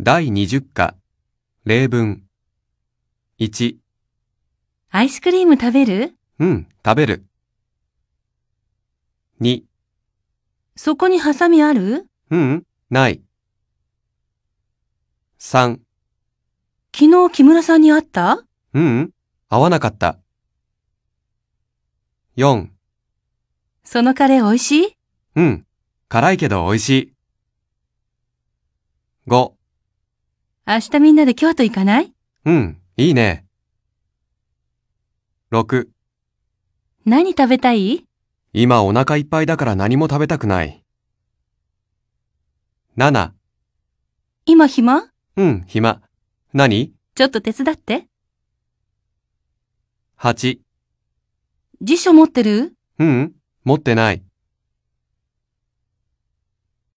第20課、例文。1、アイスクリーム食べるうん、食べる。2、そこにハサミあるううん、ない。3、昨日木村さんに会ったううん、合わなかった。4、そのカレー美味しいうん、辛いけど美味しい。5、明日みんなで京都行かないうん、いいね。6、何食べたい今お腹いっぱいだから何も食べたくない。7、今暇うん、暇。何ちょっと手伝って。 ?8、辞書持ってるうん、持ってない。